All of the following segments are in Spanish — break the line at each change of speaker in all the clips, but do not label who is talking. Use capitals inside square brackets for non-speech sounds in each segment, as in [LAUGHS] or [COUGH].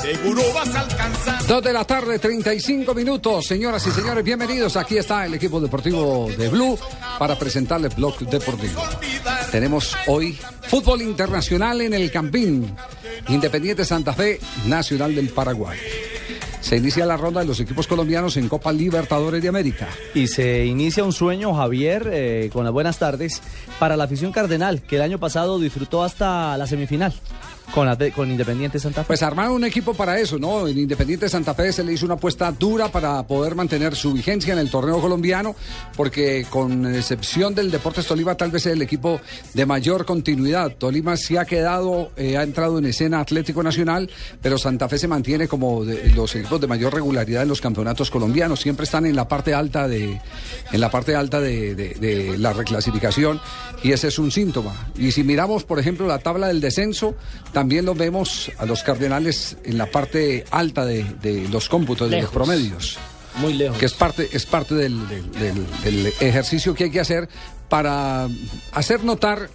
seguro vas a alcanzar.
Dos de la tarde, 35 minutos. Señoras y señores, bienvenidos. Aquí está el equipo deportivo de Blue para presentarles Blog Deportivo. Tenemos hoy fútbol internacional en el Campín. Independiente Santa Fe, Nacional del Paraguay. Se inicia la ronda de los equipos colombianos en Copa Libertadores de América.
Y se inicia un sueño, Javier, eh, con las buenas tardes, para la afición cardenal, que el año pasado disfrutó hasta la semifinal con, Ate- con Independiente Santa Fe.
Pues armaron un equipo para eso, ¿no? En Independiente Santa Fe se le hizo una apuesta dura para poder mantener su vigencia en el torneo colombiano, porque con excepción del Deportes Tolima, tal vez es el equipo de mayor continuidad. Tolima sí ha quedado, eh, ha entrado en escena Atlético Nacional, pero Santa Fe se mantiene como de- los equipos de mayor regularidad en los campeonatos colombianos. Siempre están en la parte alta de, en la parte alta de, de- de la reclasificación y ese es un síntoma. Y si miramos, por ejemplo, la tabla del descenso, también los vemos a los cardenales en la parte alta de, de los cómputos, de los
Lejos.
promedios,
Muy lejos.
que es parte, es parte del, del- del- del ejercicio que hay que hacer para hacer notar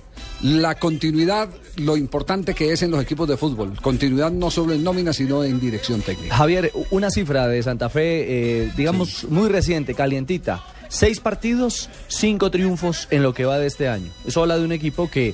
la continuidad, lo importante que es en los equipos de fútbol. Continuidad no solo en nómina, sino en dirección técnica.
Javier, u- una cifra de Santa Fe, eh, digamos, muy reciente, calientita. Seis partidos, cinco triunfos en lo que va de este año. Eso habla de un equipo que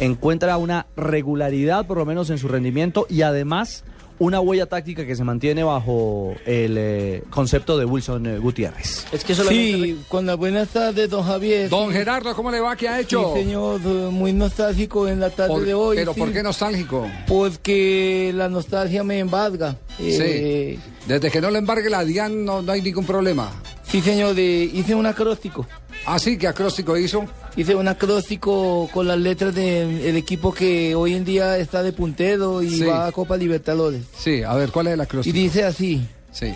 encuentra una regularidad, por lo menos en su rendimiento, y además una huella táctica que se mantiene bajo el eh, concepto de Wilson eh, Gutiérrez.
Es que solamente
Sí, con las buenas tardes, don Javier.
Don Gerardo, ¿cómo le va? ¿Qué ha
Sí,
hecho?
señor, eh, muy nostálgico en la tarde
Por-
de hoy.
pero
sí,
¿por qué nostálgico?
Porque la nostalgia me embarga. Eh,
sí. Desde que no le embargue la DIAN no, no hay ningún problema.
sí, señor, eh, hice un acróstico.
Así que acróstico hizo.
Hice un acróstico con las letras del equipo que hoy en día está de puntero y
Sí.
va a Copa Libertadores.
Sí, a ver, ¿cuál es el
Y
acróstico?
dice así,
Sí.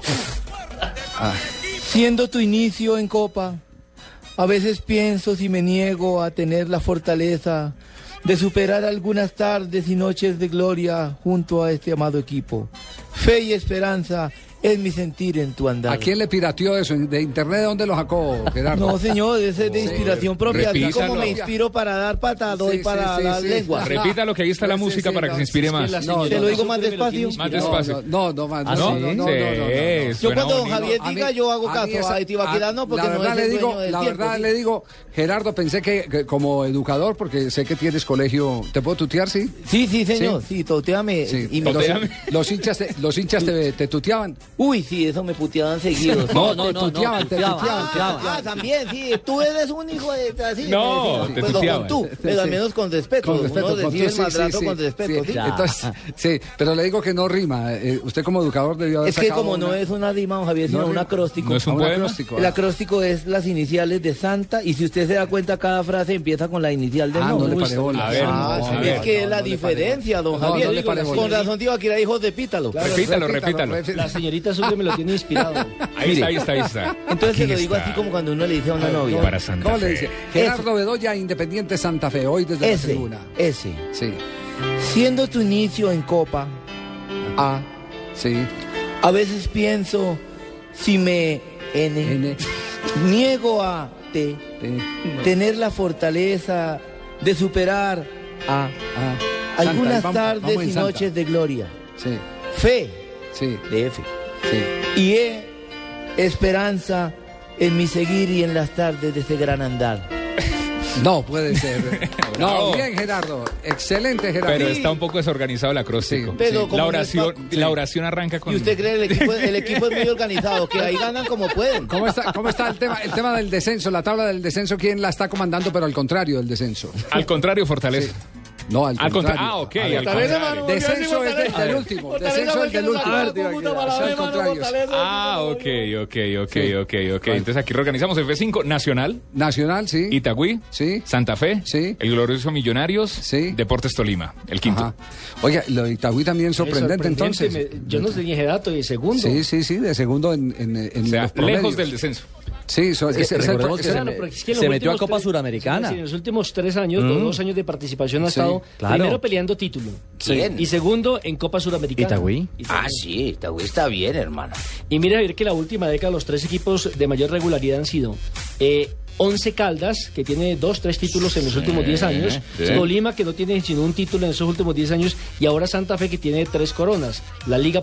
Ah,
siendo tu inicio en Copa, a veces pienso si me niego a tener la fortaleza de superar algunas tardes y noches de gloria junto a este amado equipo. Fe y esperanza es mi sentir en tu andar.
¿A quién le pirateó eso? ¿De internet de dónde lo sacó, Gerardo?
No, señor, ese es de inspiración propia. Así
repítalo.
como me inspiro para dar pata, doy
Sí,
para
sí, sí,
la
sí.
lengua.
Repítalo, que ahí está la
Sí, sí,
música
sí,
para
no,
que se inspire
es que
más.
la-
No,
Te
no,
lo digo
no,
más
no,
despacio.
Más
No,
despacio.
No, no, no,
¿Ah,
no,
no?
no, no, no,
Sí,
no, no, no.
es.
Yo
Suena
cuando don
bonito.
Javier
A mí-
diga, yo hago
a mí
caso
esa-
a Itibaquirá,
a-
no, porque
la
no
verdad
es
le
el
digo,
dueño del
La
tiempo,
verdad
¿sí?
le digo, Gerardo, pensé que, que como educador, porque sé que tienes colegio, ¿te puedo tutear, sí?
Sí, sí, señor,
Sí.
sí, toteame.
Sí.
Eh, Y me-
los,
Toteame.
los hinchas, te, los hinchas te, te tuteaban.
Uy, sí, eso me puteaban seguido. sí.
No, no, no, no,
tuteaban, te tuteaban,
tuteaban,
Ah,
te
tuteaban.
ah, también, sí, tú eres un hijo de... Así,
No,
me decían.
te
Pues, no,
tuteaban.
con tú, pero al menos [LAUGHS] con respeto.
Con respeto,
Uno
con
recibe
tu-
el
sí,
maltrato
sí, sí,
con respeto,
sí.
¿sí?
Ya.
Entonces, sí, pero le digo que no rima. Eh, usted como educador debió haber
Es que
sacado
como no
una-
es una rima, don Javier,
No
sino un
rima.
acróstico.
No es un
a
poema.
acróstico,
El
ah.
acróstico es las iniciales de Santa y si usted se da cuenta cada frase empieza con la inicial del
Ah, no
nombre.
le paré bola.
A ver,
Ah,
no,
sí,
a
es
ver,
que
no,
es la diferencia, don
No,
Javier.
no le paré
con
bola.
razón digo aquí era hijo de pítalo.
Repítalo, repítalo.
la señorita Sucre me lo tiene inspirado.
Ahí está, ahí está,
[LAUGHS]
ahí está.
Entonces se
Aquí
lo digo
está.
así como cuando uno le dice a una
Y
novia.
para Santa
¿Cómo le
Fe.
dice? Gerardo Bedoya, Independiente Santa Fe, hoy desde la
Ese,
tribuna.
ese.
Sí,
Siendo tu inicio en copa, a,
sí.
a veces pienso si me N,
N,
niego a te,
T,
tener la fortaleza de superar a
A. Santa,
Ah, algunas
vamos-
tardes
vamos en
y
Santa.
noches de gloria.
Sí,
Fe
sí,
de F.
sí.
Y E, esperanza en mi seguir y en las tardes de ese gran andar.
No, puede
[LAUGHS]
ser. No,
Bravo.
bien, Gerardo. Excelente, Gerardo.
Pero está un poco desorganizado el acróstico.
Sí,
pero como
la
no
oración,
está-
la oración arranca con.
¿Y usted cree el equipo, el equipo
[LAUGHS]
es muy organizado? Que ahí ganan como pueden.
¿Cómo está, ¿Cómo está el tema el tema del descenso? La tabla del descenso, ¿quién la está comandando? Pero al contrario del descenso.
Al contrario, Fortaleza.
No, al
Al
contrario.
contra- Ah, ok,
A ver,
al contrario.
Descenso es del, del último. Descenso es del último. Es al contrario.
Ah, ok, ok, ok, ok, ok. Entonces aquí reorganizamos F5 Nacional,
Nacional, sí.
Itagüí,
Sí.
Santa Fe,
Sí.
el glorioso Millonarios,
Sí.
Deportes Tolima, el quinto.
Ajá. Oiga, lo de Itagüí también sorprendente, entonces.
me- yo no tenía ese dato de segundo.
Sí, sí, sí, de segundo en, en, en
O sea,
los promedios.
lejos del descenso.
Sí, so- es, es el,
recordemos que
es
se
el-
Claro,
me-
pero es que en
se
los
metió a
últimos
Copa
tres-
Suramericana.
sí, En los últimos tres años, con dos años de participación, ha
Sí,
estado
claro.
primero peleando título.
¿Quién?
Y segundo en Copa Suramericana.
Itagüí.
Y
Ah, sí, Itagüí está bien, hermano.
Y mira, Javier, que la última década los tres equipos de mayor regularidad han sido eh, Once Caldas, que tiene dos, tres títulos en los
Sí,
últimos 10 años.
sí.
Tolima, que no tiene sino un título en esos últimos 10 años. Y ahora Santa Fe, que tiene tres coronas. La Liga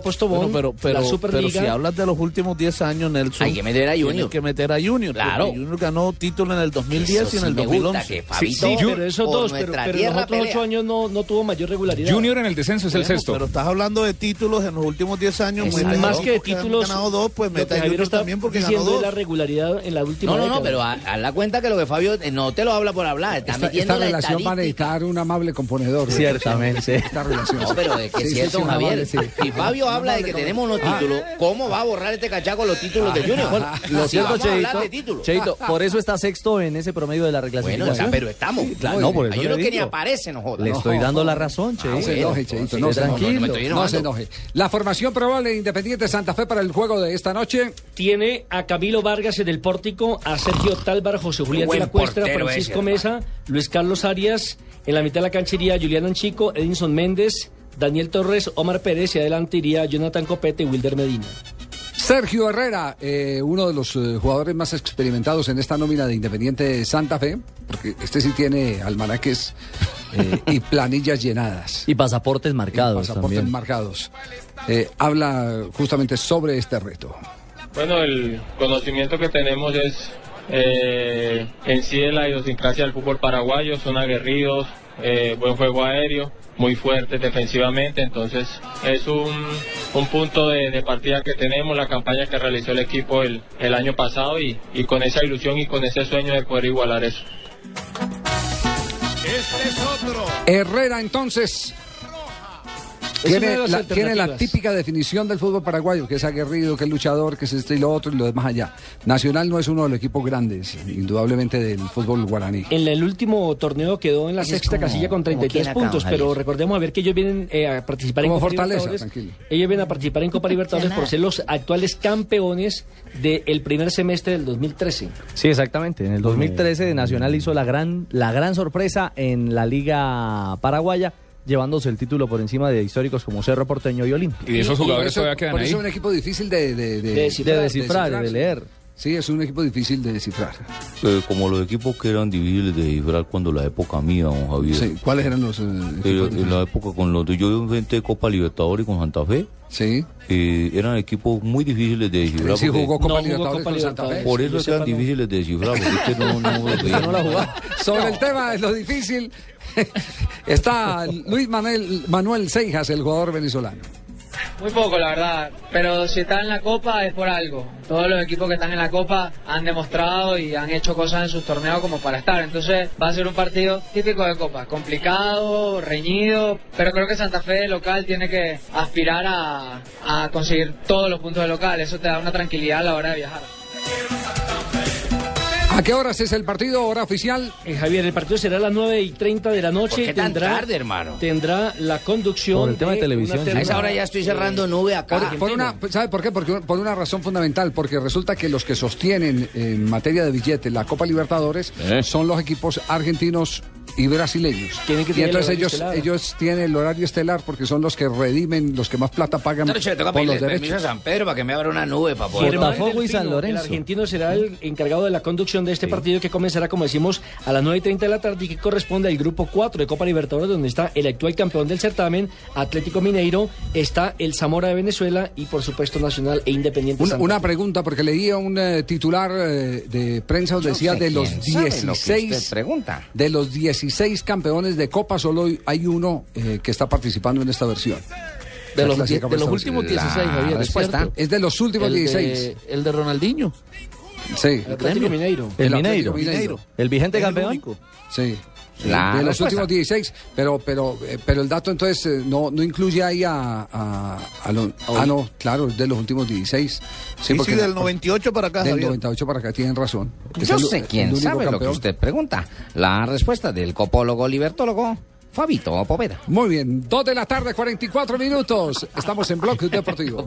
Bueno,
Postobón,
pero, pero,
la
pero si
Superliga.
hablas de los últimos 10 años, Nelson.
Hay que meter a
tienes
Junior.
que meter a Junior.
Claro.
porque Junior ganó título en el 2010
Eso
y en
sí
el
me gusta,
2011.
que Fabito
No, pero esos
por
dos, pero,
nuestra
pero
tierra
los otros
pelea.
ocho años no, no tuvo mayor regularidad.
Junior en el descenso es el
Bueno,
sexto.
Pero estás hablando de títulos en los últimos 10 años.
Exacto.
mete a
Más
Pues dos
que de
porque han
títulos.
ganado dos, pues
lo que
meta a
Javier
Junior
está
también porque ganó
diciendo
dos.
de la regularidad en la última
No, no, no,
década.
pero ha- haz la cuenta que lo que Fabio eh, no te lo habla por hablar. Está
Esta,
metiendo
esta
la
relación va a
estadística.
necesitar un amable componedor. ¿no?
[LAUGHS] Ciertamente.
Esta relación.
No, pero
[LAUGHS]
es que
Sí,
es
sí,
cierto,
sí,
don
un
Javier.
amable, sí.
Si Fabio habla de que tenemos unos títulos, ¿cómo va a borrar este cachaco los títulos de Junior?
Ah. Bueno, lo
Si
cierto,
vamos a hablar
Cheito,
de títulos.
Cheito, por eso está sexto en ese promedio de la
Bueno, o
reclasificación.
sea, pero estamos.
claro, no, por eso
Hay
le
uno que ni
digo.
aparece, no joda.
Le
No.
estoy dando la razón, Cheito.
No se
bueno,
enoje, Cheito, no se enoje.
no me estoy
No se
enojando.
enoje. La formación probable de Independiente Santa Fe para el juego de esta noche.
Tiene a Camilo Vargas en el pórtico, a Sergio Tálvar, José Julián de
buen
la Cuestra,
portero
Francisco
ese,
Mesa, Luis Carlos Arias, en la mitad de la canchería Julián Anchico, Edinson Méndez, Daniel Torres, Omar Pérez y adelante iría Jonathan Copete y Wilder Medina.
Sergio Herrera, eh, uno de los eh, jugadores más experimentados en esta nómina de Independiente Santa Fe, porque este sí tiene almanaques eh,
[LAUGHS]
y planillas llenadas.
Y pasaportes marcados
pasaportes
también.
marcados. Eh, habla justamente sobre este reto.
Bueno, el conocimiento que tenemos es eh, en sí de la idiosincrasia del fútbol paraguayo, son aguerridos, eh, buen juego aéreo, muy fuertes defensivamente, entonces es un, un punto de, de partida que tenemos, la campaña que realizó el equipo el, el año pasado y, y con esa ilusión y con ese sueño de poder igualar eso.
este
Herrera entonces
Es una
tiene
de las
la, tiene la
alternativas.
típica definición del fútbol paraguayo, que es aguerrido, que es luchador, que es este y lo otro y lo demás allá. Nacional no es uno de los equipos grandes, indudablemente, del fútbol guaraní.
En el último torneo quedó en la
Es
sexta
como-
casilla con
como
33
quien acaba,
puntos,
Javier.
pero recordemos a ver que ellos vienen eh, a participar
Como
en Copa
Fortaleza,
Libertadores.
tranquilo.
Ellos vienen a participar en Copa Libertadores por ser los actuales campeones del primer semestre del 2013.
Sí, exactamente. En el 2013 Nacional hizo la gran, la gran sorpresa en la Liga Paraguaya, llevándose el título por encima de históricos como Cerro Porteño y Olimpia.
Y de esos
Y por
jugadores
eso-
todavía quedan
por eso es
ahí.
un equipo difícil de, de- de-
De descifrar,
De descifrar, y de
descifrar,
leer.
Sí, es un equipo difícil de descifrar.
Eh, como los equipos que eran difíciles de descifrar cuando la época mía, don Javier.
Sí, ¿Cuáles eran los eh,
Eh,
equipos
en la
difíciles?
época con los yo inventé Copa Libertadores con Santa Fe,
Sí,
eh, eran equipos muy difíciles de descifrar.
sí
porque-
jugó Copa
No, jugó
Libertadores
Copa
con Santa Fe.
Libertadores.
por
Yo
eso
sepa,
eran
no.
difíciles de descifrar, porque es que no, no,
[LAUGHS]
lo veía.
Sobre el tema de lo difícil [LAUGHS] está Luis Manuel, Manuel Seijas, el jugador venezolano.
Muy poco, la verdad. Pero si está en la Copa es por algo. Todos los equipos que están en la Copa han demostrado y han hecho cosas en sus torneos como para estar. Entonces va a ser un partido típico de Copa. Complicado, reñido. Pero creo que Santa Fe de local tiene que aspirar a, a conseguir todos los puntos de local. Eso te da una tranquilidad a la hora de viajar.
¿A qué horas es el partido? ¿Hora oficial?
Eh, Javier, el partido será a las 9 y 30 de la noche.
¿Por qué
y
tan tarde, hermano?
Tendrá la conducción.
Por el tema de televisión,
una
sí.
A
terna-
esa hora ya estoy cerrando nube acá.
Por-
Por una, ¿Sabe por qué? Porque, por una razón fundamental, porque resulta que los que sostienen en materia de billetes la Copa Libertadores
Eh.
son los equipos argentinos y brasileños.
Tienen que
y
tener el
entonces
horario
ellos,
estelar.
ellos tienen el horario estelar porque son los que redimen, los que más plata pagan
Esta noche le toca
por
pedirle
los
el permiso a
derechos.
San Pedro para que me abra una nube para poder.
Germán
Botafogo y
Delfino,
San Lorenzo.
El argentino será el encargado de la conducción de este partido que comenzará, como decimos, a las 9 y 30 de la tarde y que corresponde al grupo 4 de Copa Libertadores, donde está el actual campeón del certamen, Atlético Mineiro, está el Zamora de Venezuela y, por supuesto, Nacional e Independiente.
Una,
Santa
una
Fe.
pregunta, porque leía un eh, titular eh, de prensa donde decía de los 16
pregunta.
de los 16 campeones de Copa solo hay uno eh, que está participando en esta versión.
De
La
los, die-
clásica
de los
versión.
últimos 16, Javier. ¿es
respuesta.
cierto?
Es de los últimos
El de-
16.
el de Ronaldinho.
Sí.
El Atlético Mineiro.
El,
El
Mineiro.
Atlético Mineiro.
El vigente
Es el
campeón.
único.
Sí.
La
de los
respuesta.
últimos 16, pero pero eh, pero el dato entonces eh, no no incluye ahí a, a, a lo- ah no, claro, es de los últimos 16. Sí,
Sí,
porque
sí, del
la-
98 para acá,
del
Javier.
98 para acá tienen razón. Es
Yo
el-
sé
el
quién
único
sabe lo que
campeón.
usted pregunta. La respuesta del copólogo libertólogo, Fabito Poveda.
Muy bien, 2 de la tarde, 44 minutos. Estamos en Bloque Deportivo.